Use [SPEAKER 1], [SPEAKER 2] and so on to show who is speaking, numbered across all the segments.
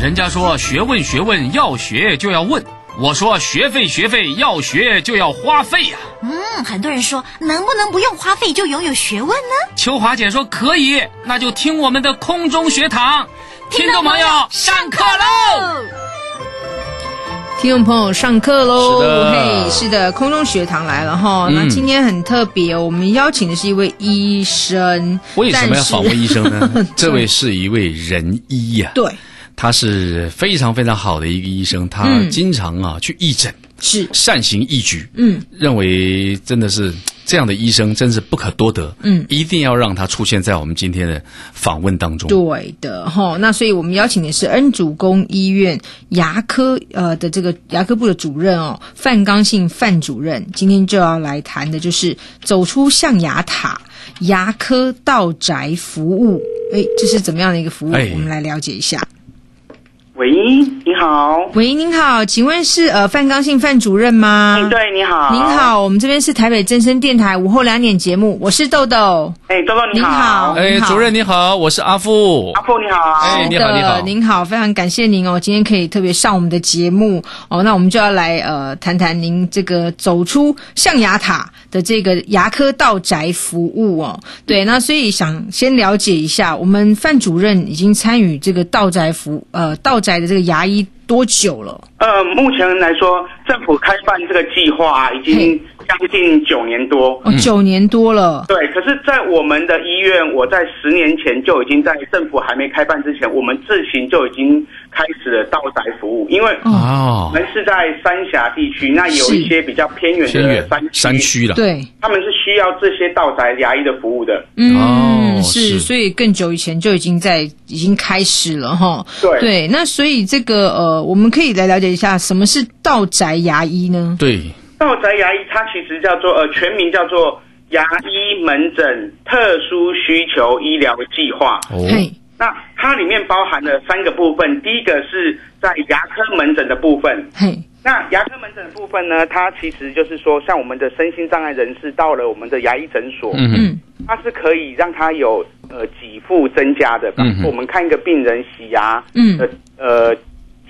[SPEAKER 1] 人家说学问学问要学就要问，我说学费学费要学就要花费呀、
[SPEAKER 2] 嗯，很多人说能不能不用花费就拥有学问呢？
[SPEAKER 1] 秋华姐说可以，那就听我们的空中学堂，听众朋友上课喽。
[SPEAKER 3] 听众朋友，上课喽！
[SPEAKER 1] 是的
[SPEAKER 3] 嘿，是的，空中学堂来了哈。
[SPEAKER 1] 嗯
[SPEAKER 3] 那今天很特别哦，我们邀请的是一位医生，？
[SPEAKER 4] 为什么要访问医生呢 这位是一位仁医呀、
[SPEAKER 3] 对，
[SPEAKER 4] 他是非常非常好的一个医生，他
[SPEAKER 3] 嗯
[SPEAKER 4] 经常啊、去义诊，
[SPEAKER 3] 是，
[SPEAKER 4] 善行义举，
[SPEAKER 3] 嗯，
[SPEAKER 4] 认为真的是这样的医生真是不可多得，
[SPEAKER 3] 嗯
[SPEAKER 4] 一定要让他出现在我们今天的访问当中。
[SPEAKER 3] 对的哈。那所以我们邀请的是恩主公医院牙科呃的这个牙科部的主任哦，范刚信范主任，今天就要来谈的就是走出象牙塔，牙科到宅服务。哎，这是怎么样的一个服务？
[SPEAKER 4] 哎
[SPEAKER 3] 我们来了解一下。
[SPEAKER 5] 喂，你好。
[SPEAKER 3] 喂，您好，请问是呃范刚信范主任吗？
[SPEAKER 5] 哎，对，你好。
[SPEAKER 3] 啊您。好，我们这边是台北正声电台午后两点节目，我是豆豆。
[SPEAKER 5] 哎，豆豆你
[SPEAKER 3] 您好
[SPEAKER 5] 好。
[SPEAKER 4] 哎
[SPEAKER 3] 哦你，好
[SPEAKER 4] 主任你好，我是阿富
[SPEAKER 5] 阿。富你好。
[SPEAKER 4] 哎你好
[SPEAKER 3] 是的
[SPEAKER 4] 你好
[SPEAKER 3] 您好，非常感谢您哦，今天可以特别上我们的节目哦，那我们就要来呃谈谈您这个走出象牙塔的这个牙科到宅服务哦。对，那所以想先了解一下，我们范主任已经参与这个到宅服呃到宅的这个牙医多久了？
[SPEAKER 5] 呃，目前来说，政府开办这个计划已经将近九年多。
[SPEAKER 4] 嗯
[SPEAKER 3] 哦，九年多了。
[SPEAKER 5] 对，可是，在我们的医院，我在十年前就已经在政府还没开办之前，我们自行就已经开始了到宅服务，因为我
[SPEAKER 4] 哦，
[SPEAKER 5] 们是在三峡地区，那有一些比较偏远
[SPEAKER 4] 偏
[SPEAKER 5] 的
[SPEAKER 4] 远
[SPEAKER 5] 山
[SPEAKER 4] 山区了，
[SPEAKER 3] 对，
[SPEAKER 5] 他们是需要这些到宅牙医的服务的。
[SPEAKER 3] 嗯，
[SPEAKER 4] 哦
[SPEAKER 3] 是，
[SPEAKER 4] 是
[SPEAKER 3] 所以更久以前就已经在已经开始了哈。
[SPEAKER 5] 对
[SPEAKER 3] 那所以这个呃，我们可以来了解一下什么是道宅牙医呢？
[SPEAKER 4] 对，
[SPEAKER 5] 道宅牙医它其实叫做呃，全名叫做牙医门诊特殊需求医疗计划。
[SPEAKER 4] 哦，
[SPEAKER 3] 嘿，
[SPEAKER 5] 那它里面包含了三个部分，第一个是在牙科门诊的部分。
[SPEAKER 3] 嘿，
[SPEAKER 5] 那牙科门诊的部分呢，它其实就是说，像我们的身心障碍人士到了我们的牙医诊所，
[SPEAKER 4] 嗯哼
[SPEAKER 3] 嗯，
[SPEAKER 5] 它是可以让他有呃给付增加的。比
[SPEAKER 4] 嗯
[SPEAKER 5] 如
[SPEAKER 4] 哼
[SPEAKER 5] 说我们看一个病人洗牙，
[SPEAKER 3] 嗯
[SPEAKER 5] 呃呃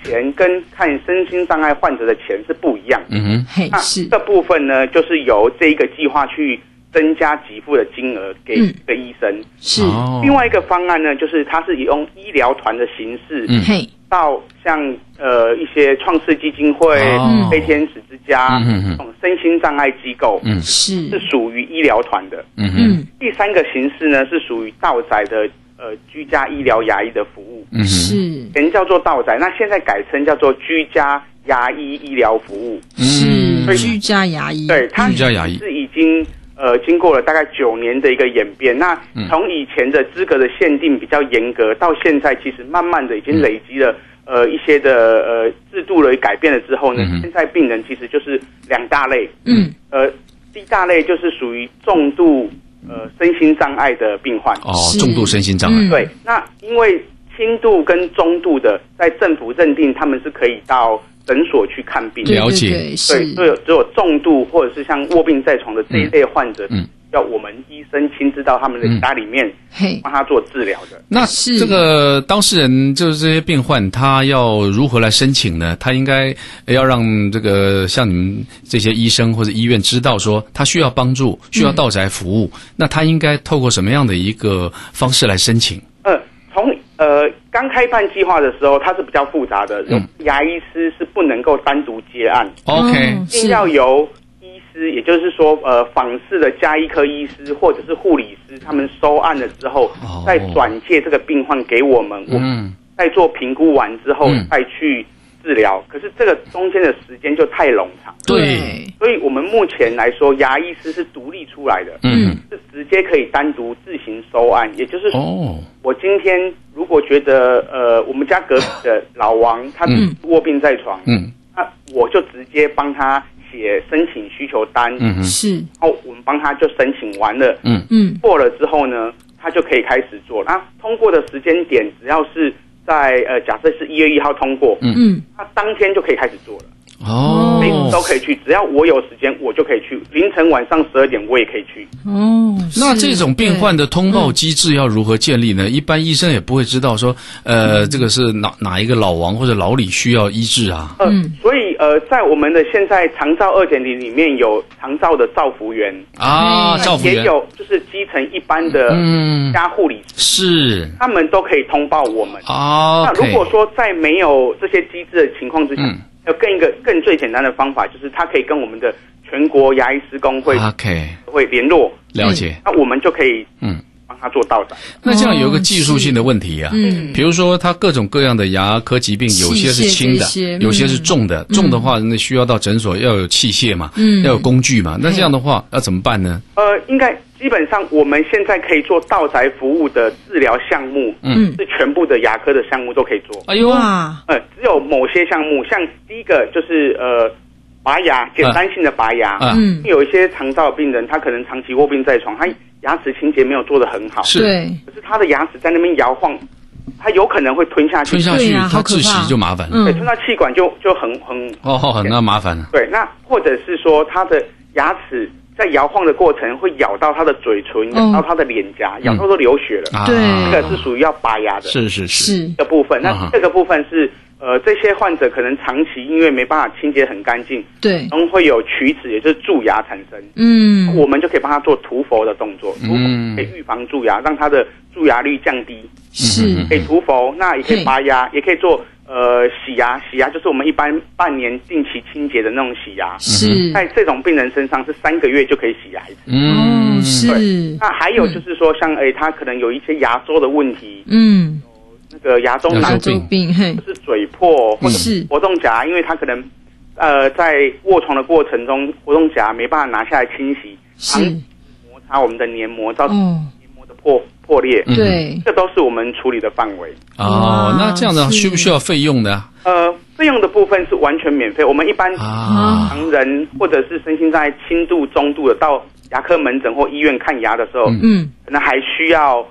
[SPEAKER 5] 钱跟看身心障碍患者的钱是不一样的。
[SPEAKER 4] 嗯哼，
[SPEAKER 3] 嘿
[SPEAKER 5] 那，
[SPEAKER 3] 是
[SPEAKER 5] 啊这部分呢，就是由这一个计划去增加给付的金额给
[SPEAKER 3] 嗯
[SPEAKER 5] 这个医生。
[SPEAKER 3] 是，
[SPEAKER 4] 哦
[SPEAKER 5] 另外一个方案呢，就是它是以用医疗团的形式，
[SPEAKER 4] 嗯
[SPEAKER 3] 嘿，
[SPEAKER 5] 到像呃一些创世基金会、
[SPEAKER 4] 哦
[SPEAKER 5] 飞天使之家、
[SPEAKER 4] 嗯嗯嗯
[SPEAKER 5] 这种身心障碍机构，
[SPEAKER 4] 嗯
[SPEAKER 5] 是
[SPEAKER 3] 是，
[SPEAKER 5] 属于医疗团的。
[SPEAKER 4] 嗯哼，
[SPEAKER 3] 嗯，
[SPEAKER 5] 第三个形式呢，是属于道宅的呃居家医疗牙医的服务，
[SPEAKER 4] 嗯哼，
[SPEAKER 3] 是，
[SPEAKER 5] 以前叫做道宅，那现在改称叫做居家牙医医疗服务。
[SPEAKER 4] 嗯
[SPEAKER 3] 是居家牙医，
[SPEAKER 5] 对，它
[SPEAKER 4] 居家牙医
[SPEAKER 5] 是已经呃经过了大概九年的一个演变。那
[SPEAKER 4] 嗯
[SPEAKER 5] 从以前的资格的限定比较严格，到现在其实慢慢的已经累积了。呃，一些的呃制度的改变了之后呢，
[SPEAKER 4] 嗯哼
[SPEAKER 5] 现在病人其实就是两大类，
[SPEAKER 3] 嗯，
[SPEAKER 5] 呃，第一大类就是属于重度呃身心障碍的病患，
[SPEAKER 4] 哦
[SPEAKER 3] 是，
[SPEAKER 4] 重度身心障碍，
[SPEAKER 3] 嗯
[SPEAKER 5] 对，那因为轻度跟中度的，在政府认定他们是可以到诊所去看病，
[SPEAKER 3] 对
[SPEAKER 4] 了
[SPEAKER 3] 对
[SPEAKER 4] 解
[SPEAKER 3] 对，
[SPEAKER 5] 对，
[SPEAKER 3] 是
[SPEAKER 5] 只，有只有重度或者是像卧病在床的这一类患者，
[SPEAKER 4] 嗯嗯嗯
[SPEAKER 5] 要我们医生亲自到他们的家里面
[SPEAKER 3] 嘿，
[SPEAKER 5] 帮他做治疗的。
[SPEAKER 4] 那
[SPEAKER 3] 是
[SPEAKER 4] 这个当事人就是这些病患，他要如何来申请呢？他应该呃要让这个像你们这些医生或者医院知道说他需要帮助，需要到宅服
[SPEAKER 3] 嗯
[SPEAKER 4] 务，那他应该透过什么样的一个方式来申请？
[SPEAKER 5] 呃，从呃刚开办计划的时候，它是比较复杂的，
[SPEAKER 4] 嗯
[SPEAKER 5] 牙医师是不能够单独接案，
[SPEAKER 4] OK，、
[SPEAKER 3] 嗯
[SPEAKER 5] 一
[SPEAKER 3] 是
[SPEAKER 5] 定要由医师，也就是说呃访视的加医科医师或者是护理师，他们收案了之后，
[SPEAKER 4] 哦
[SPEAKER 5] 再转介这个病患给我们，我们
[SPEAKER 4] 嗯，
[SPEAKER 5] 再做评估完之后
[SPEAKER 4] 嗯
[SPEAKER 5] 再去治疗。可是这个中间的时间就太冗长。
[SPEAKER 4] 对，
[SPEAKER 5] 所以我们目前来说，牙医师是独立出来的，
[SPEAKER 4] 嗯，
[SPEAKER 5] 是直接可以单独自行收案。也就是说，
[SPEAKER 4] 哦，
[SPEAKER 5] 我今天如果觉得呃，我们家隔壁的老王他
[SPEAKER 4] 嗯
[SPEAKER 5] 卧病在床，
[SPEAKER 4] 嗯
[SPEAKER 5] 那我就直接帮他写申请需求单，
[SPEAKER 4] 嗯哼，
[SPEAKER 3] 是，
[SPEAKER 5] 然后我们帮他就申请完了，
[SPEAKER 4] 嗯
[SPEAKER 3] 嗯，
[SPEAKER 5] 过了之后呢，他就可以开始做。那通过的时间点，只要是在呃，假设是一月一号通过，
[SPEAKER 4] 嗯
[SPEAKER 3] 嗯，
[SPEAKER 5] 他当天就可以开始做了。
[SPEAKER 4] 哦
[SPEAKER 5] 随时都可以去，只要我有时间，我就可以去。凌晨、晚上十二点，我也可以去。
[SPEAKER 3] 哦，
[SPEAKER 4] 那
[SPEAKER 3] 是
[SPEAKER 4] 这种病患的通报机制要如何建立
[SPEAKER 3] 嗯
[SPEAKER 4] 呢？一般医生也不会知道说，呃，这个是哪哪一个老王或者老李需要医治啊？
[SPEAKER 5] 呃，所以呃，在我们的现在长照二点零里面有长照的照服员，
[SPEAKER 4] 啊，
[SPEAKER 3] 嗯
[SPEAKER 4] 照服
[SPEAKER 5] 也
[SPEAKER 4] 员，
[SPEAKER 5] 有就是基层一般的
[SPEAKER 4] 嗯，
[SPEAKER 5] 家护理师，
[SPEAKER 4] 是
[SPEAKER 5] 他们都可以通报我们。
[SPEAKER 4] 啊
[SPEAKER 5] 那如
[SPEAKER 4] ，OK，
[SPEAKER 5] 果说在没有这些机制的情况之下
[SPEAKER 4] 嗯，
[SPEAKER 5] 要更一个更最简单的方法，就是他可以跟我们的全国牙医师工会
[SPEAKER 4] ，OK，
[SPEAKER 5] 会联络，
[SPEAKER 4] 了解，
[SPEAKER 5] 那我们就可以
[SPEAKER 4] 嗯。
[SPEAKER 5] 帮他做到的。
[SPEAKER 4] 那这样有一个
[SPEAKER 3] 哦
[SPEAKER 4] 技术性的问题啊，
[SPEAKER 3] 嗯，
[SPEAKER 4] 比如说他各种各样的牙科疾病，有些是轻的
[SPEAKER 3] 器械这些，
[SPEAKER 4] 有些是重的，重的话那需要到诊所要有器械嘛，
[SPEAKER 3] 嗯
[SPEAKER 4] 要有工具嘛，那这样的话要怎么办呢？
[SPEAKER 5] 呃，应该基本上我们现在可以做到宅服务的治疗项目，
[SPEAKER 3] 嗯
[SPEAKER 5] 是全部的牙科的项目都可以做。
[SPEAKER 4] 哎呦，
[SPEAKER 3] 哇，
[SPEAKER 5] 呃，只有某些项目，像第一个就是呃拔牙，简单性的拔牙。
[SPEAKER 4] 啊，
[SPEAKER 3] 嗯，
[SPEAKER 5] 有一些肠道病人，他可能长期卧病在床，他牙齿清洁没有做得很好，
[SPEAKER 4] 是
[SPEAKER 3] 对，
[SPEAKER 5] 可是他的牙齿在那边摇晃，他有可能会吞下去，
[SPEAKER 4] 吞下
[SPEAKER 3] 对
[SPEAKER 4] 去
[SPEAKER 3] 呀
[SPEAKER 4] 他
[SPEAKER 3] 好可
[SPEAKER 4] 窒
[SPEAKER 3] 怕
[SPEAKER 4] 息就麻烦了，
[SPEAKER 3] 嗯
[SPEAKER 5] 对，吞到气管就就很很
[SPEAKER 4] 哦，哦那麻烦了，
[SPEAKER 5] 对。那或者是说他的牙齿在摇晃的过程会咬到他的嘴唇，
[SPEAKER 3] 哦
[SPEAKER 5] 咬到他的脸颊，咬到都流血了。
[SPEAKER 4] 嗯啊，
[SPEAKER 3] 对
[SPEAKER 5] 这个是属于要拔牙的
[SPEAKER 4] 是是是，
[SPEAKER 3] 是，
[SPEAKER 5] 这个部分。
[SPEAKER 4] 啊哈
[SPEAKER 5] 那这个部分是呃，这些患者可能长期因为没办法清洁很干净，
[SPEAKER 3] 对，
[SPEAKER 5] 然后会有龋齿，也就是蛀牙产生。
[SPEAKER 3] 嗯，
[SPEAKER 5] 我们就可以帮他做涂氟的动作，涂
[SPEAKER 4] 嗯
[SPEAKER 5] 氟可以预防蛀牙，让他的蛀牙率降低。
[SPEAKER 3] 是
[SPEAKER 4] 嗯，
[SPEAKER 5] 可以涂氟，那也可
[SPEAKER 3] 嘿
[SPEAKER 5] 以拔牙，也可以做呃洗牙。洗牙就是我们一般半年定期清洁的那种洗牙，
[SPEAKER 3] 是，
[SPEAKER 5] 在这种病人身上是三个月就可以洗牙一次。
[SPEAKER 4] 嗯
[SPEAKER 3] 哦，，是，
[SPEAKER 5] 那还有就是说，像诶、他可能有一些牙周的问题，
[SPEAKER 3] 嗯，
[SPEAKER 5] 那个牙周
[SPEAKER 4] 牙
[SPEAKER 5] 囊
[SPEAKER 3] 牙
[SPEAKER 4] 周
[SPEAKER 3] 周病，嘿
[SPEAKER 5] 或，是嘴破或
[SPEAKER 4] 嗯
[SPEAKER 5] 者
[SPEAKER 3] 是
[SPEAKER 5] 活动夹，因为他可能呃在卧床的过程中，活动夹没办法拿下来清洗，常
[SPEAKER 3] 是，
[SPEAKER 5] 摩擦我们的黏膜，造成
[SPEAKER 3] 哦，
[SPEAKER 5] 黏膜的破破裂，
[SPEAKER 4] 嗯
[SPEAKER 3] 对，
[SPEAKER 5] 这都是我们处理的范围。
[SPEAKER 4] 哦
[SPEAKER 3] 哇，
[SPEAKER 4] 那这样的话
[SPEAKER 3] 是
[SPEAKER 4] 需不需要费用呢？
[SPEAKER 5] 呃，费用的部分是完全免费，我们一般
[SPEAKER 4] 啊，
[SPEAKER 5] 常人或者是身心障碍轻度、中度的，到牙科门诊或医院看牙的时候，
[SPEAKER 4] 嗯
[SPEAKER 3] 嗯，
[SPEAKER 5] 可能还需要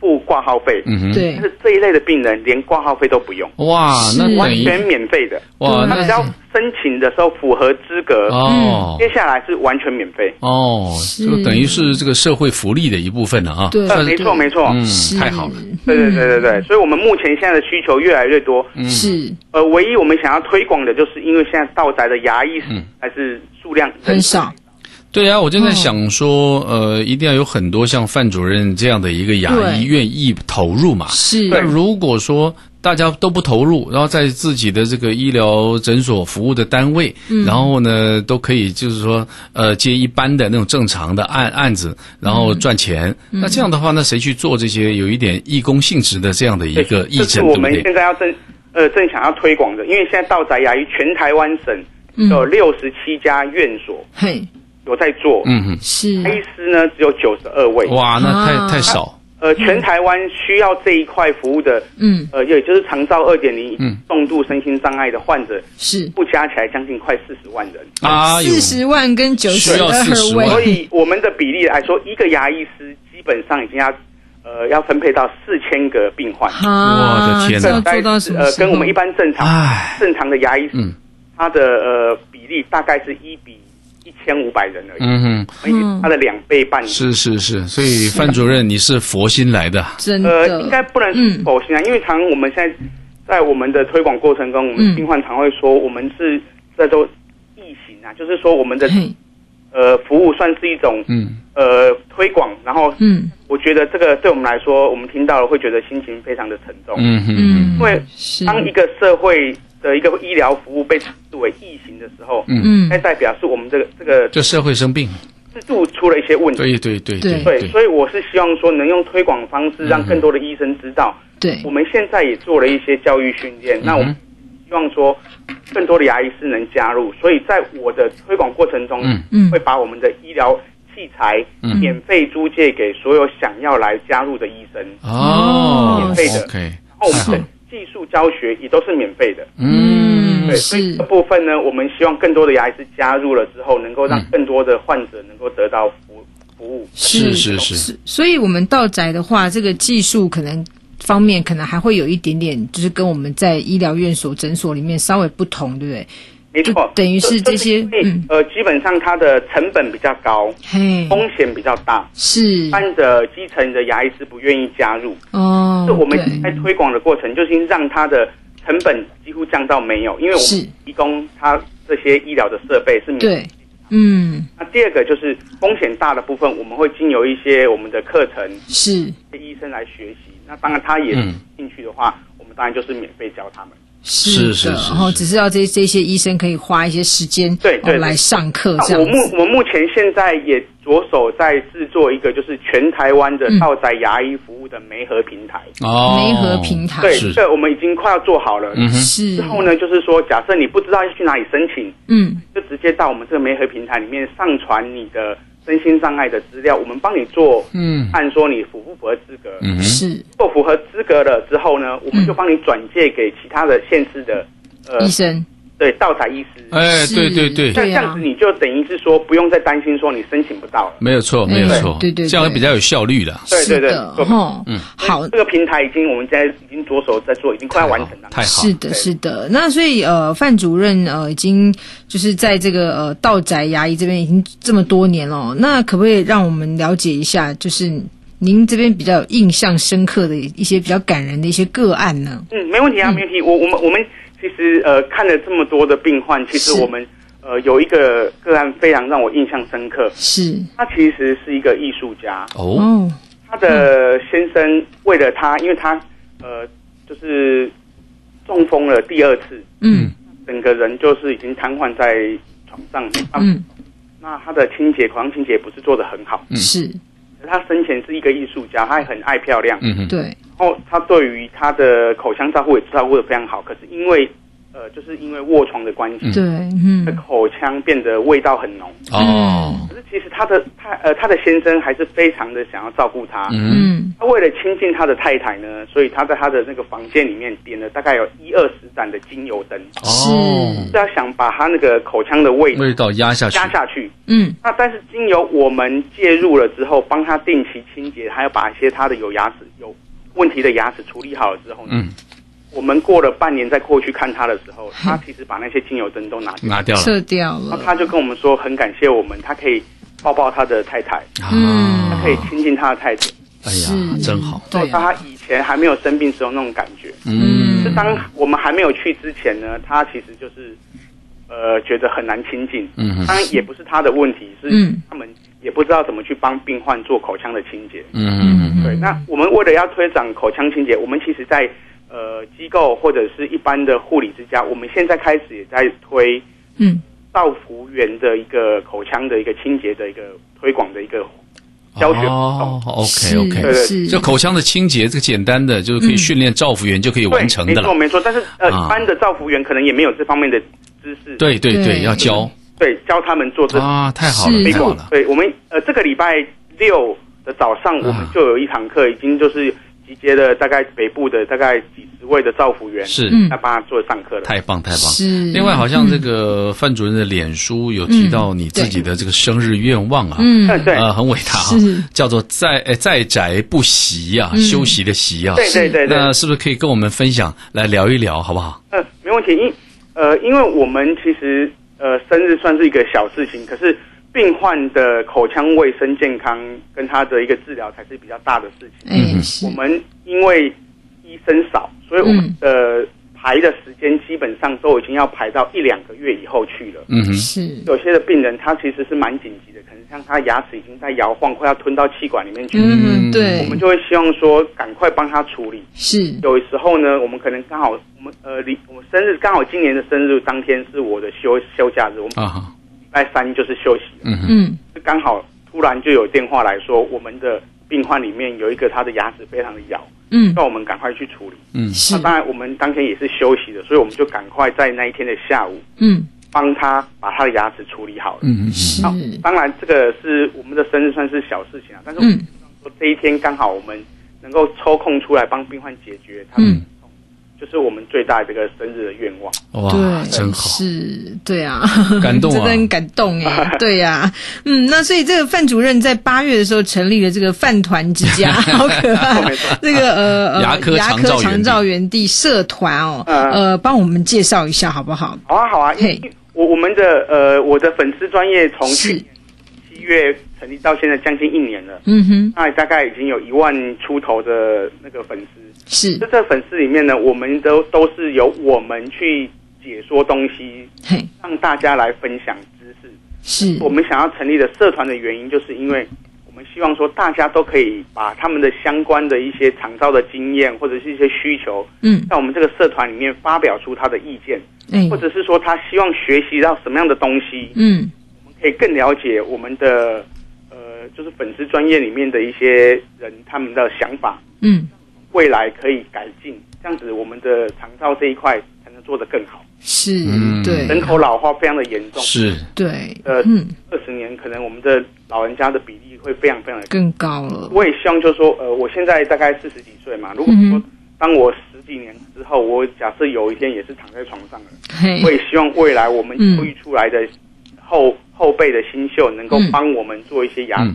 [SPEAKER 5] 付挂号费。
[SPEAKER 4] 嗯哼，
[SPEAKER 5] 但
[SPEAKER 3] 对，
[SPEAKER 5] 是这一类的病人连挂号费都不用，
[SPEAKER 4] 哇，那
[SPEAKER 3] 是
[SPEAKER 4] 等
[SPEAKER 5] 完
[SPEAKER 4] 于
[SPEAKER 5] 全免费的。
[SPEAKER 4] 哇，
[SPEAKER 3] 对
[SPEAKER 5] 他
[SPEAKER 4] 那
[SPEAKER 5] 只要申请的时候符合资格，
[SPEAKER 4] 哦。
[SPEAKER 5] 接下来是完全免费。
[SPEAKER 4] 哦，
[SPEAKER 3] 嗯是
[SPEAKER 4] 就等于是这个社会福利的一部分了啊。
[SPEAKER 3] 对
[SPEAKER 5] 呃，没错没错，
[SPEAKER 4] 嗯
[SPEAKER 3] 是，
[SPEAKER 4] 太好了，
[SPEAKER 5] 对对对对对，所以我们目前现在的需求越来越多。
[SPEAKER 3] 嗯是
[SPEAKER 5] 呃，唯一我们想要推广的就是，因为现在到宅的牙医还是数量
[SPEAKER 3] 嗯很少，
[SPEAKER 4] 对啊，我就
[SPEAKER 3] 哦
[SPEAKER 4] 在想说，呃，一定要有很多像范主任这样的一个牙医
[SPEAKER 3] 对
[SPEAKER 4] 愿意投入嘛。
[SPEAKER 3] 是，
[SPEAKER 4] 那如果说大家都不投入，然后在自己的这个医疗诊所服务的单位，然后呢都可以就是说，呃，接一般的那种正常的案案子，然后赚钱。那这样的话，那谁去做这些有一点义工性质的这样的一个义
[SPEAKER 5] 这是
[SPEAKER 4] 诊，
[SPEAKER 5] 我
[SPEAKER 4] 对不
[SPEAKER 5] 们
[SPEAKER 4] 对？
[SPEAKER 5] 现在要正呃正想要推广的，因为现在道宅牙医全台湾省
[SPEAKER 3] 嗯
[SPEAKER 5] 有六十七家院所
[SPEAKER 3] 嘿，
[SPEAKER 5] 有在做，
[SPEAKER 4] 嗯哼，
[SPEAKER 3] 是
[SPEAKER 5] 牙，医师呢只有九十二位，
[SPEAKER 4] 哇，那太、
[SPEAKER 3] 啊
[SPEAKER 4] 太少。
[SPEAKER 5] 呃，全台湾需要这一块服务的，
[SPEAKER 3] 嗯，
[SPEAKER 5] 呃，也就是长照二点零
[SPEAKER 4] 嗯
[SPEAKER 5] 重度身心障碍的患者，
[SPEAKER 3] 是。
[SPEAKER 5] 不加起来将近快四十万人。
[SPEAKER 4] 啊，有
[SPEAKER 3] 四十万跟九
[SPEAKER 4] 需
[SPEAKER 3] 十
[SPEAKER 4] 要
[SPEAKER 3] 二
[SPEAKER 4] 40
[SPEAKER 3] 位
[SPEAKER 4] 万
[SPEAKER 5] 所，以我们的比例来说，一个牙医师基本上已经要，呃，要分配到四千个病患。
[SPEAKER 3] 啊
[SPEAKER 4] 我的天
[SPEAKER 3] 这
[SPEAKER 4] 哪
[SPEAKER 3] 要
[SPEAKER 5] 大概
[SPEAKER 3] 做到什
[SPEAKER 5] 是
[SPEAKER 3] 么
[SPEAKER 5] 呃
[SPEAKER 3] 时，候
[SPEAKER 5] 跟我们一般正常
[SPEAKER 4] 唉
[SPEAKER 5] 正常的牙医，
[SPEAKER 4] 嗯
[SPEAKER 5] 它的呃比例大概是一比一千五百人而已，
[SPEAKER 4] 嗯哼，
[SPEAKER 5] 嗯、它的两倍半。
[SPEAKER 4] 是是是，啊所以范主任你是佛心来的，啊
[SPEAKER 3] 真
[SPEAKER 5] 呃，
[SPEAKER 3] 的
[SPEAKER 5] 应该不能
[SPEAKER 3] 嗯
[SPEAKER 5] 是否现在，因为常常我们现在在我们的推广过程中，我
[SPEAKER 3] 嗯
[SPEAKER 5] 们病患常会说我们是在做异形啊，就是说我们的
[SPEAKER 3] 嘿，
[SPEAKER 5] 呃服务算是一种
[SPEAKER 4] 嗯
[SPEAKER 5] 呃推广，然后
[SPEAKER 3] 嗯
[SPEAKER 5] 我觉得这个对我们来说，我们听到了会觉得心情非常的沉重，
[SPEAKER 4] 嗯哼
[SPEAKER 3] 嗯，
[SPEAKER 5] 因为
[SPEAKER 3] 是，
[SPEAKER 5] 当一个社会的一个医疗服务被视为异形的时候，
[SPEAKER 3] 嗯
[SPEAKER 5] 那代表是我们这个这个
[SPEAKER 4] 这社会生病，
[SPEAKER 5] 制度出了一些问题。
[SPEAKER 4] 对对对嗯
[SPEAKER 3] 对
[SPEAKER 5] 对，所以我是希望说能用推广方式让更多的医生知道，
[SPEAKER 3] 对
[SPEAKER 5] 我，们现在也做了一些教育训练，
[SPEAKER 4] 嗯
[SPEAKER 5] 那我们希望说更多的牙医师能加入，所以在我的推广过程中，
[SPEAKER 4] 嗯
[SPEAKER 3] 嗯
[SPEAKER 5] 会把我们的医疗器材
[SPEAKER 4] 嗯
[SPEAKER 5] 免费租借给所有想要来加入的医生，
[SPEAKER 4] 哦
[SPEAKER 5] 免费的
[SPEAKER 4] ，OK，
[SPEAKER 5] 然后我
[SPEAKER 4] 太好
[SPEAKER 5] 们
[SPEAKER 4] 了
[SPEAKER 5] 的技术教学也都是免费的。
[SPEAKER 4] 嗯
[SPEAKER 5] 对，所以
[SPEAKER 3] 是
[SPEAKER 5] 这部分呢，我们希望更多的牙医师加入了之后，能够让更多的患者能够得到服服务。
[SPEAKER 4] 是是
[SPEAKER 5] 嗯
[SPEAKER 4] 是，
[SPEAKER 3] 是，所以我们到宅的话，这个技术可能。方面可能还会有一点点，就是跟我们在医疗院所、诊所里面稍微不同，对不对？
[SPEAKER 5] 没错，
[SPEAKER 3] 就等于是这些
[SPEAKER 5] 就就是因为
[SPEAKER 3] 嗯
[SPEAKER 5] 呃，基本上它的成本比较高，
[SPEAKER 3] 嘿，
[SPEAKER 5] 风险比较大，
[SPEAKER 3] 是
[SPEAKER 5] 一般的基层的牙医师不愿意加入。
[SPEAKER 3] 哦
[SPEAKER 5] 是我，们在
[SPEAKER 3] 对，
[SPEAKER 5] 推广的过程，就是让它的成本几乎降到没有，因为我
[SPEAKER 3] 是
[SPEAKER 5] 们提供它这些医疗的设备是免费
[SPEAKER 3] 对，嗯，
[SPEAKER 5] 那第二个就是风险大的部分，我们会经由一些我们的课程，
[SPEAKER 3] 是
[SPEAKER 5] 医生来学习。那当然，他也
[SPEAKER 4] 嗯
[SPEAKER 5] 兴趣的话，我们当然就是免费教他们。
[SPEAKER 3] 是
[SPEAKER 4] 是是
[SPEAKER 3] 的，
[SPEAKER 4] 是
[SPEAKER 3] 然后只是要这这些医生可以花一些时间
[SPEAKER 5] 对对
[SPEAKER 3] 哦
[SPEAKER 5] 对
[SPEAKER 3] 来上课这
[SPEAKER 5] 那我
[SPEAKER 3] 样
[SPEAKER 5] 目
[SPEAKER 3] 子，
[SPEAKER 5] 我目前现在也着手在制作一个，就是全台湾的
[SPEAKER 3] 嗯
[SPEAKER 5] 道宅牙医服务的媒合平台。
[SPEAKER 4] 哦，
[SPEAKER 3] 媒合平台
[SPEAKER 5] 对，
[SPEAKER 4] 是
[SPEAKER 5] 这个我们已经快要做好了。
[SPEAKER 4] 嗯哼
[SPEAKER 3] 是
[SPEAKER 5] 之，后呢，就是说，假设你不知道要去哪里申请，
[SPEAKER 3] 嗯，
[SPEAKER 5] 就直接到我们这个媒合平台里面上传你的身心障碍的资料，我们帮你做，
[SPEAKER 4] 嗯
[SPEAKER 5] 按说你符不符合资格，
[SPEAKER 4] 嗯哼，
[SPEAKER 3] 是
[SPEAKER 5] 做符合资格了之后呢，我们就帮你转介给其他的县市的，呃
[SPEAKER 3] 医，生，
[SPEAKER 5] 对，道彩医师。
[SPEAKER 4] 哎，
[SPEAKER 3] 是
[SPEAKER 4] 对对对。
[SPEAKER 3] 对
[SPEAKER 5] 那这样
[SPEAKER 3] 啊
[SPEAKER 5] 子，你就等于是说不用再担心说你申请不到了。
[SPEAKER 4] 没有错，
[SPEAKER 3] 对
[SPEAKER 4] 没有错，
[SPEAKER 3] 对对对
[SPEAKER 4] 这样会比较有效率的。
[SPEAKER 5] 对对
[SPEAKER 3] 是
[SPEAKER 5] 对
[SPEAKER 3] 的，
[SPEAKER 5] 对嗯
[SPEAKER 3] 哦，好
[SPEAKER 5] 这。个平台已经我们现在已经着手在做，已经快要完成了。
[SPEAKER 4] 太好，
[SPEAKER 3] 是的，
[SPEAKER 5] 对
[SPEAKER 3] 是的。那所以呃，范主任呃，已经就是在这个呃道宅牙医这边已经这么多年了哦。那可不可以让我们了解一下，就是您这边比较有印象深刻的一些比较感人的一些个案呢？
[SPEAKER 5] 嗯，没问题啊，没问题。我我们我们其实呃看了这么多的病患，其实
[SPEAKER 3] 是
[SPEAKER 5] 我们呃有一个个案非常让我印象深刻，
[SPEAKER 3] 是
[SPEAKER 5] 他其实是一个艺术家，
[SPEAKER 4] 哦，
[SPEAKER 3] 哦，
[SPEAKER 5] 他的先生为了他，因为他呃就是中风了第二次，
[SPEAKER 3] 嗯
[SPEAKER 5] 整个人就是已经瘫痪在床上。啊、
[SPEAKER 3] 嗯，
[SPEAKER 5] 那他的清洁狂清洁不是做得很
[SPEAKER 4] 嗯
[SPEAKER 5] 好，
[SPEAKER 3] 是
[SPEAKER 5] 可是他生前是一个艺术家，他也很爱漂亮，
[SPEAKER 4] 嗯哼，
[SPEAKER 3] 对，
[SPEAKER 5] 然后他对于他的口腔照顾也照顾得非常好。可是因为呃，就是因为卧床的关系，
[SPEAKER 3] 对，
[SPEAKER 5] 他
[SPEAKER 3] 嗯，
[SPEAKER 5] 口腔变得味道很浓。
[SPEAKER 4] 哦，
[SPEAKER 5] 可是其实他的他呃他的先生还是非常的想要照顾他。
[SPEAKER 4] 嗯，
[SPEAKER 3] 嗯，
[SPEAKER 5] 他为了亲近他的太太呢，所以他在他的那个房间里面点了大概有一二十盏的精油灯，
[SPEAKER 3] 嗯
[SPEAKER 4] 哦，
[SPEAKER 5] 是要想把他那个口腔的味道
[SPEAKER 4] 味道压下去，
[SPEAKER 5] 压下去。
[SPEAKER 3] 嗯，
[SPEAKER 5] 那但是经由我们介入了之后，帮他定期清洁，还要把一些他的有牙齿有问题的牙齿处理好了之后呢，
[SPEAKER 4] 嗯，
[SPEAKER 5] 我们过了半年再过去看他的时候，他其实把那些精油灯都拿掉，
[SPEAKER 4] 拿掉了，
[SPEAKER 3] 撤掉
[SPEAKER 5] 然后
[SPEAKER 3] 了，
[SPEAKER 5] 他就跟我们说很感谢我们，他可以抱抱他的太太，他
[SPEAKER 4] 啊
[SPEAKER 5] 可以亲近他的太太，
[SPEAKER 4] 哎呀
[SPEAKER 3] 嗯是，
[SPEAKER 4] 真好，
[SPEAKER 3] 对啊，
[SPEAKER 5] 他以前还没有生病时候那种感觉。
[SPEAKER 4] 嗯，
[SPEAKER 5] 就当我们还没有去之前呢，他其实就是呃觉得很难亲近。
[SPEAKER 4] 嗯哼
[SPEAKER 5] 当然也不是他的问题，是
[SPEAKER 3] 嗯
[SPEAKER 5] 他们也不知道怎么去帮病患做口腔的清洁。
[SPEAKER 4] 嗯
[SPEAKER 5] 对，那我们为了要推展口腔清洁，我们其实在呃机构或者是一般的护理之家，我们现在开始也在推
[SPEAKER 3] 嗯，
[SPEAKER 5] 到服务员的一个口腔的一个清洁的一个推广的一个教学活动。
[SPEAKER 4] 哦，OK
[SPEAKER 5] 对
[SPEAKER 4] OK，
[SPEAKER 5] 对
[SPEAKER 3] 是
[SPEAKER 4] 这口腔的清洁，这个简单的就是可以训练照服员就可以
[SPEAKER 5] 对
[SPEAKER 4] 完，成
[SPEAKER 5] 没
[SPEAKER 4] 的
[SPEAKER 5] 错
[SPEAKER 4] 了。
[SPEAKER 5] 没错，但是呃，
[SPEAKER 4] 啊
[SPEAKER 5] 一般的照服员可能也没有这方面的知识，
[SPEAKER 4] 对对
[SPEAKER 3] 对
[SPEAKER 4] 对，要教
[SPEAKER 5] 对，教他们做这
[SPEAKER 4] 啊，太好了
[SPEAKER 3] 是
[SPEAKER 4] 太好了，
[SPEAKER 5] 对，我们呃这个礼拜六的早上，我们就有一堂课，已经就是集结了大概北部的大概几十位的造福员，
[SPEAKER 4] 是
[SPEAKER 3] 嗯
[SPEAKER 5] 来帮他做上课了。
[SPEAKER 4] 太棒太棒。
[SPEAKER 3] 是。
[SPEAKER 4] 另外，好像这个范主任的脸书有提到你自己的这个生日愿望啊，
[SPEAKER 3] 嗯，
[SPEAKER 5] 对对
[SPEAKER 4] 呃，很伟大啊
[SPEAKER 3] 是，嗯
[SPEAKER 4] 叫做在呃在宅不习啊，休息的习啊。
[SPEAKER 5] 对对对对，
[SPEAKER 4] 那是不是可以跟我们分享来聊一聊，好不好？
[SPEAKER 5] 呃，没问题，因呃因为我们其实呃生日算是一个小事情，可是。病患的口腔卫生健康跟他的一个治疗才是比较大的事情。
[SPEAKER 3] 哎，
[SPEAKER 4] 嗯
[SPEAKER 3] 是
[SPEAKER 5] 我们因为医生少，所以我们的排的时间基本上都已经要排到一两个月以后去了。
[SPEAKER 4] 嗯哼，
[SPEAKER 3] 是，
[SPEAKER 5] 有些的病人他其实是蛮紧急的，可能像他牙齿已经在摇晃，快要吞到气管里面去，
[SPEAKER 3] 嗯，对
[SPEAKER 5] 我，们就会希望说赶快帮他处理。
[SPEAKER 3] 是，
[SPEAKER 5] 有时候呢，我们可能刚好我们呃离我生日刚好今年的生日当天是我的休休假日，我们
[SPEAKER 4] 啊哈，
[SPEAKER 5] 礼拜三就是休息了，
[SPEAKER 4] 嗯哼，
[SPEAKER 3] 嗯，
[SPEAKER 5] 就刚好突然就有电话来说，我们的病患里面有一个他的牙齿非常的摇，
[SPEAKER 3] 嗯，
[SPEAKER 4] 哦
[SPEAKER 5] 让我们赶快去处理。
[SPEAKER 4] 嗯，
[SPEAKER 3] 是
[SPEAKER 5] 那，当然我们当天也是休息的，所以我们就赶快在那一天的下午
[SPEAKER 3] 嗯，
[SPEAKER 5] 帮他把他的牙齿处理好了。
[SPEAKER 4] 嗯哼，
[SPEAKER 3] 是，
[SPEAKER 5] 好，当然这个是我们的生日算是小事情啊，但是我们
[SPEAKER 3] 嗯
[SPEAKER 5] 希望说这一天刚好我们能够抽空出来帮病患解决他
[SPEAKER 3] 嗯
[SPEAKER 5] 们的痛，就是我们最大的一个生日的愿望。
[SPEAKER 4] 哇，
[SPEAKER 3] 对，
[SPEAKER 4] 真好，
[SPEAKER 3] 是，对啊，
[SPEAKER 4] 感 动啊
[SPEAKER 3] 真的很感 动哎，对呀、嗯，那所以这个范主任在八月的时候成立了这个饭团之家，好 可爱， 这个呃呃
[SPEAKER 4] 牙科
[SPEAKER 3] 牙
[SPEAKER 4] 长
[SPEAKER 3] 科
[SPEAKER 4] 照园地
[SPEAKER 3] 长照园地社团哦，
[SPEAKER 5] 嗯
[SPEAKER 3] 呃，帮我们介绍一下好不好？
[SPEAKER 5] 好啊，好啊，因
[SPEAKER 3] 嘿
[SPEAKER 5] 为我我们的呃我的粉丝专业从去
[SPEAKER 3] 是
[SPEAKER 5] 年，七月成立到现在将近一年了，
[SPEAKER 3] 嗯哼，
[SPEAKER 5] 那大概已经有一万出头的那个粉丝。
[SPEAKER 3] 是
[SPEAKER 5] 在，这粉丝里面呢，我们都都是由我们去解说东西，
[SPEAKER 3] 嘿，
[SPEAKER 5] 让大家来分享知识。
[SPEAKER 3] 是
[SPEAKER 5] 我，们想要成立的社团的原因，就是因为我们希望说大家都可以把他们的相关的一些厂商的经验或者是一些需求，
[SPEAKER 3] 嗯，
[SPEAKER 5] 在我们这个社团里面发表出他的意见，
[SPEAKER 3] 哎
[SPEAKER 5] 或，者是说他希望学习到什么样的东西，
[SPEAKER 3] 嗯，
[SPEAKER 5] 可以更了解我们的呃，就是粉丝专业里面的一些人他们的想法，
[SPEAKER 3] 嗯，
[SPEAKER 5] 未来可以改进，这样子我们的长照这一块才能做得更好。
[SPEAKER 3] 是，
[SPEAKER 4] 嗯
[SPEAKER 5] 人
[SPEAKER 3] 对，
[SPEAKER 5] 口老化非常的严重，
[SPEAKER 4] 是
[SPEAKER 3] 对，
[SPEAKER 5] 呃
[SPEAKER 3] 嗯，
[SPEAKER 5] 二十年可能我们的老人家的比例会非常非常的高。
[SPEAKER 3] 更高了，
[SPEAKER 5] 我也希望就是说，呃，我现在大概四十几岁嘛，如果
[SPEAKER 3] 嗯
[SPEAKER 5] 说
[SPEAKER 3] 哼
[SPEAKER 5] 当我十几年之后，我假设有一天也是躺在床上了，
[SPEAKER 3] 嘿
[SPEAKER 5] 我，也希望未来我们
[SPEAKER 3] 嗯
[SPEAKER 5] 教育出来的后后辈的新秀能够
[SPEAKER 3] 嗯
[SPEAKER 5] 帮我们做一些牙，
[SPEAKER 4] 嗯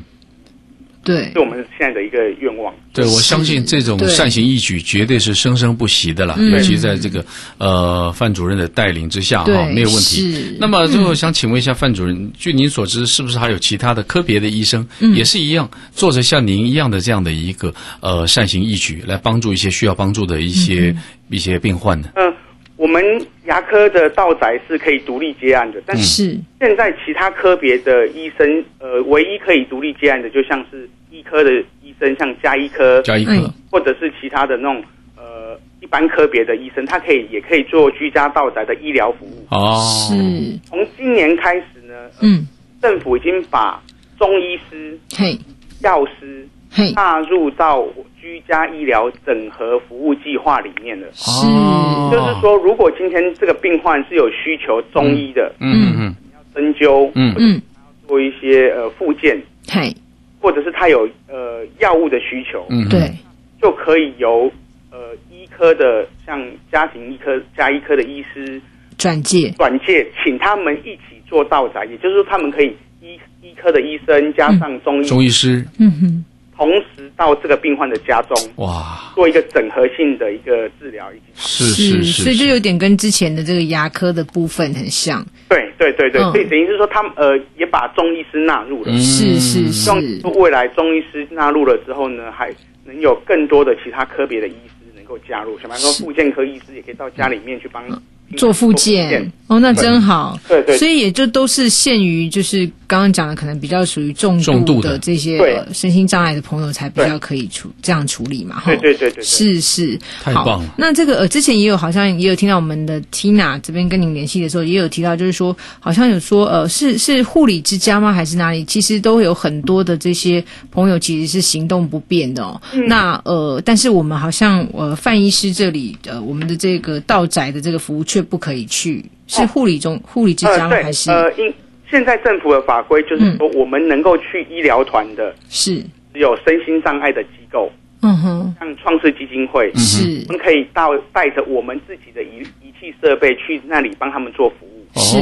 [SPEAKER 3] 对
[SPEAKER 5] 是，我们现在的一个愿望。
[SPEAKER 4] 对，我
[SPEAKER 3] 是
[SPEAKER 4] 相信这种
[SPEAKER 3] 对
[SPEAKER 4] 善行义举绝对是生生不息的啦，
[SPEAKER 3] 嗯
[SPEAKER 4] 尤其在这个呃范主任的带领之下哈，
[SPEAKER 3] 对，
[SPEAKER 4] 没有问题。
[SPEAKER 3] 是，
[SPEAKER 4] 那么最后想请问一下范主
[SPEAKER 3] 嗯
[SPEAKER 4] 任，据您所知，是不是还有其他的科别的医生、也是一样，做着像您一样的这样的一个呃善行义举，来帮助一些需要帮助的一些、
[SPEAKER 3] 嗯
[SPEAKER 4] 一些病患呢？
[SPEAKER 5] 嗯、我们牙科的道宅是可以独立接案的，
[SPEAKER 4] 嗯
[SPEAKER 5] 但是
[SPEAKER 3] 是，
[SPEAKER 5] 现在其他科别的医生，呃，唯一可以独立接案的，就像是医科的医生，像加医科，
[SPEAKER 4] 加一个、
[SPEAKER 3] 哎
[SPEAKER 5] 或者是其他的那种呃一般科别的医生，他可以也可以做居家到宅的医疗服务。
[SPEAKER 4] 哦，
[SPEAKER 3] 是，
[SPEAKER 5] 从今年开始呢，呃
[SPEAKER 3] 嗯，
[SPEAKER 5] 政府已经把中医师、
[SPEAKER 3] 嘿，
[SPEAKER 5] 药师
[SPEAKER 3] 嘿，
[SPEAKER 5] 纳入到居家医疗整合服务计划里面了。
[SPEAKER 3] 是，
[SPEAKER 4] 哦
[SPEAKER 5] 就是说，如果今天这个病患是有需求中医的
[SPEAKER 4] 嗯嗯
[SPEAKER 5] 针灸，
[SPEAKER 4] 嗯嗯，
[SPEAKER 3] 嗯，
[SPEAKER 5] 做一些呃附件，
[SPEAKER 3] 嘿，
[SPEAKER 5] 或者是他有呃药物的需求，
[SPEAKER 4] 嗯，
[SPEAKER 3] 对，
[SPEAKER 5] 就可以由呃医科的像家庭医科、加医科的医师
[SPEAKER 3] 转介，
[SPEAKER 5] 转介，请他们一起做道宅，也就是说他们可以医医科的医生加上中医，
[SPEAKER 4] 中医师，
[SPEAKER 3] 嗯哼，
[SPEAKER 5] 同时到这个病患的家中
[SPEAKER 4] 哇，
[SPEAKER 5] 做一个整合性的一个治疗，以及
[SPEAKER 4] 是是是，
[SPEAKER 3] 所以就是有点跟之前的这个牙科的部分很像，
[SPEAKER 5] 对对对对，
[SPEAKER 3] 嗯
[SPEAKER 5] 所以等于是说他们呃也把中医师纳入了，
[SPEAKER 4] 嗯
[SPEAKER 3] 是是
[SPEAKER 5] 希望
[SPEAKER 3] 是，
[SPEAKER 5] 未来中医师纳入了之后呢，还能有更多的其他科别的医师能够加入，想方说
[SPEAKER 3] 是嗯
[SPEAKER 5] 复健科医师也可以到家里面去帮
[SPEAKER 3] 做复健，哦，那真好。
[SPEAKER 5] 对对
[SPEAKER 3] 所以也就都是限于就是刚刚讲的，可能比较属于重
[SPEAKER 4] 重
[SPEAKER 3] 度
[SPEAKER 4] 度
[SPEAKER 3] 的
[SPEAKER 4] 的
[SPEAKER 3] 这些
[SPEAKER 5] 对
[SPEAKER 3] 呃身心障碍的朋友才比
[SPEAKER 5] 对
[SPEAKER 3] 较可以处这样处理嘛，哈。
[SPEAKER 5] 对对对对对，
[SPEAKER 3] 是是，
[SPEAKER 4] 太
[SPEAKER 3] 好
[SPEAKER 4] 棒了
[SPEAKER 3] 那这个呃，之前也有好像也有听到我们的 Tina 这边跟您联系的时候，也有提到，就是说好像有说呃，是是护理之家吗？还是哪里？其实都有很多的这些朋友其实是行动不便的哦。
[SPEAKER 5] 嗯
[SPEAKER 3] 那呃，但是我们好像呃范医师这里呃，我们的这个道宅的这个服务却不可以去，是
[SPEAKER 5] 哦
[SPEAKER 3] 护理中护理之家
[SPEAKER 5] 呃
[SPEAKER 3] 吗？
[SPEAKER 5] 对
[SPEAKER 3] 还是、
[SPEAKER 5] 呃因现在政府的法规就是
[SPEAKER 3] 嗯
[SPEAKER 5] 说，我们能够去医疗团的
[SPEAKER 3] 是？
[SPEAKER 5] 只有身心障碍的机构，
[SPEAKER 3] 嗯哼，
[SPEAKER 5] 像创世基金会，
[SPEAKER 3] 是
[SPEAKER 5] 我们可以到带着我们自己的仪仪器设备去那里帮他们做服务。
[SPEAKER 4] 哦
[SPEAKER 3] 是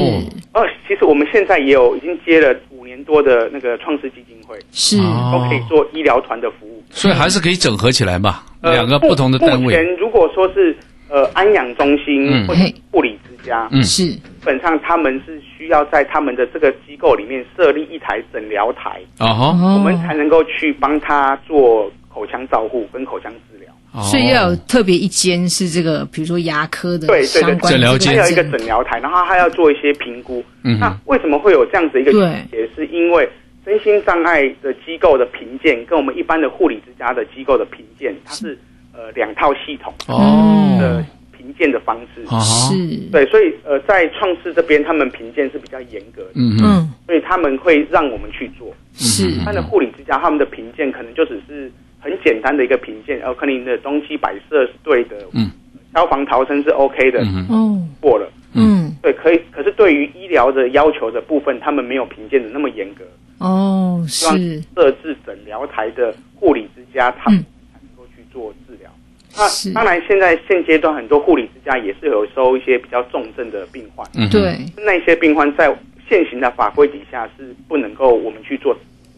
[SPEAKER 5] 呃，其实我们现在也有已经接了五年多的那个创世基金会，
[SPEAKER 3] 是，
[SPEAKER 5] 都可以
[SPEAKER 4] 哦，
[SPEAKER 5] 做医疗团的服务。
[SPEAKER 4] 所以还是可以整合起来吧，
[SPEAKER 5] 呃
[SPEAKER 4] 两个
[SPEAKER 5] 目
[SPEAKER 4] 不同的单
[SPEAKER 5] 目
[SPEAKER 4] 位
[SPEAKER 5] 前，如果说是呃安养中心、
[SPEAKER 4] 嗯
[SPEAKER 5] 或者护理之家，
[SPEAKER 4] 嗯
[SPEAKER 3] 是
[SPEAKER 5] 基本上他们是需要在他们的这个机构里面设立一台诊疗台，
[SPEAKER 4] 啊
[SPEAKER 3] 哦
[SPEAKER 4] 哈，
[SPEAKER 5] 我们才能够去帮他做口腔照护跟口腔治疗。
[SPEAKER 4] 哦
[SPEAKER 3] 所以要有特别一间是这个，比如说牙科的
[SPEAKER 5] 对对
[SPEAKER 3] 相关
[SPEAKER 4] 诊疗
[SPEAKER 3] 这
[SPEAKER 5] 还
[SPEAKER 4] 间
[SPEAKER 5] 有一
[SPEAKER 3] 个
[SPEAKER 5] 个诊疗台，然后他要做一些评估。
[SPEAKER 4] 嗯
[SPEAKER 5] 那
[SPEAKER 4] 哼
[SPEAKER 5] 为什么会有这样子一个
[SPEAKER 3] 对
[SPEAKER 5] 也是因为身心障碍的机构的评鉴跟我们一般的护理之家的机构的评鉴，它是呃两套系统
[SPEAKER 4] 哦
[SPEAKER 5] 的评鉴的方式。
[SPEAKER 4] 啊哈
[SPEAKER 3] 嗯是，
[SPEAKER 5] 对，所以呃，在创世这边，他们评鉴是比较严格的，
[SPEAKER 4] 嗯嗯
[SPEAKER 3] 嗯，
[SPEAKER 5] 所以他们会让我们去做。
[SPEAKER 3] 是
[SPEAKER 5] 一般的护理之家，他们的评鉴可能就只是很简单的一个评鉴，呃，可能你的东西摆设是对的，
[SPEAKER 4] 嗯，
[SPEAKER 5] 消防逃生是 OK 的，
[SPEAKER 4] 嗯哼
[SPEAKER 3] 哦，
[SPEAKER 5] 过了。
[SPEAKER 3] 嗯，
[SPEAKER 5] 对，可以。可是对于医疗的要求的部分，他们没有评鉴的那么严格，
[SPEAKER 3] 哦，
[SPEAKER 5] 希望
[SPEAKER 4] 嗯
[SPEAKER 3] 是
[SPEAKER 5] 设置诊疗台的护理之家，他
[SPEAKER 3] 嗯
[SPEAKER 5] 才能够去做治疗。
[SPEAKER 3] 是
[SPEAKER 5] 那当然，现在现阶段很多护理之家也是有收一些比较重症的病患，
[SPEAKER 4] 嗯哼，
[SPEAKER 3] 对，
[SPEAKER 5] 那些病患在现行的法规底下是不能够我们去做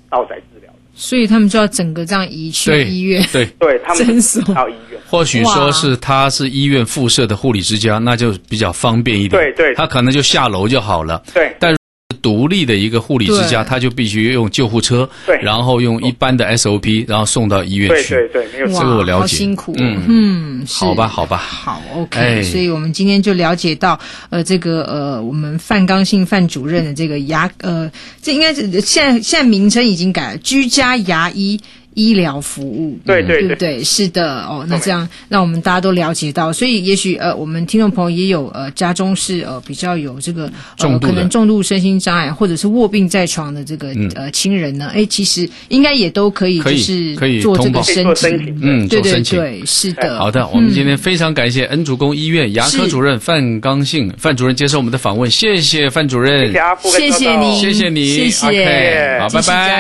[SPEAKER 5] 道宅治疗的。
[SPEAKER 3] 所以他们就要整个这样移去
[SPEAKER 4] 对
[SPEAKER 3] 医院。
[SPEAKER 4] 对，
[SPEAKER 5] 对他们
[SPEAKER 3] 真是哦
[SPEAKER 5] 到医院。
[SPEAKER 4] 或许
[SPEAKER 3] 哇
[SPEAKER 4] 说是他是医院附设的护理之家，那就比较方便一点。
[SPEAKER 5] 对对
[SPEAKER 4] 他可能就下楼就好了。
[SPEAKER 5] 对
[SPEAKER 4] 但是独立的一个护理之家，
[SPEAKER 3] 对
[SPEAKER 4] 他就必须用救护车，
[SPEAKER 5] 对
[SPEAKER 4] 然后用一般的 SOP，然后送到医院
[SPEAKER 5] 对
[SPEAKER 4] 去。
[SPEAKER 5] 对对，没有
[SPEAKER 4] 这
[SPEAKER 5] 错。
[SPEAKER 4] 个我了解
[SPEAKER 3] 好辛苦哦。
[SPEAKER 4] 嗯
[SPEAKER 3] 嗯，是
[SPEAKER 4] 好吧，好吧。
[SPEAKER 3] 好，OK，、
[SPEAKER 4] 哎
[SPEAKER 3] 所以我们今天就了解到，呃，这个呃，我们范刚性范主任的这个牙，呃，这应该是现在现在名称已经改了，居家牙医医疗服务。
[SPEAKER 5] 对对
[SPEAKER 3] 对不
[SPEAKER 5] 对
[SPEAKER 3] 对，是的，哦，那
[SPEAKER 5] 对
[SPEAKER 3] 这样让我们大家都了解到，所以也许呃，我们听众朋友也有呃，家中是呃比较有这个、呃、
[SPEAKER 4] 重度
[SPEAKER 3] 可
[SPEAKER 4] 的
[SPEAKER 3] 能重度身心障碍或者是卧病在床的这个、呃亲人呢，哎，其实应该也都可以
[SPEAKER 4] 嗯可
[SPEAKER 3] 就
[SPEAKER 4] 以
[SPEAKER 3] 是
[SPEAKER 4] 可以
[SPEAKER 3] 做这
[SPEAKER 4] 通
[SPEAKER 3] 个
[SPEAKER 4] 报
[SPEAKER 5] 可以
[SPEAKER 3] 申
[SPEAKER 5] 做申
[SPEAKER 3] 请
[SPEAKER 5] 请，，
[SPEAKER 4] 嗯，做
[SPEAKER 3] 对对
[SPEAKER 4] 申请。
[SPEAKER 3] 对，是的，
[SPEAKER 4] 好的，我们今天非常感谢恩主公医院牙科
[SPEAKER 3] 是
[SPEAKER 4] 主任范刚性范主任接受我们的访问，谢谢范主任，
[SPEAKER 5] 谢谢阿富跟啊
[SPEAKER 3] 谢谢
[SPEAKER 5] 豆豆
[SPEAKER 3] 你
[SPEAKER 4] 谢谢你，
[SPEAKER 3] 谢谢
[SPEAKER 4] OK，好，
[SPEAKER 3] 继
[SPEAKER 4] 拜
[SPEAKER 3] 续加
[SPEAKER 4] 拜。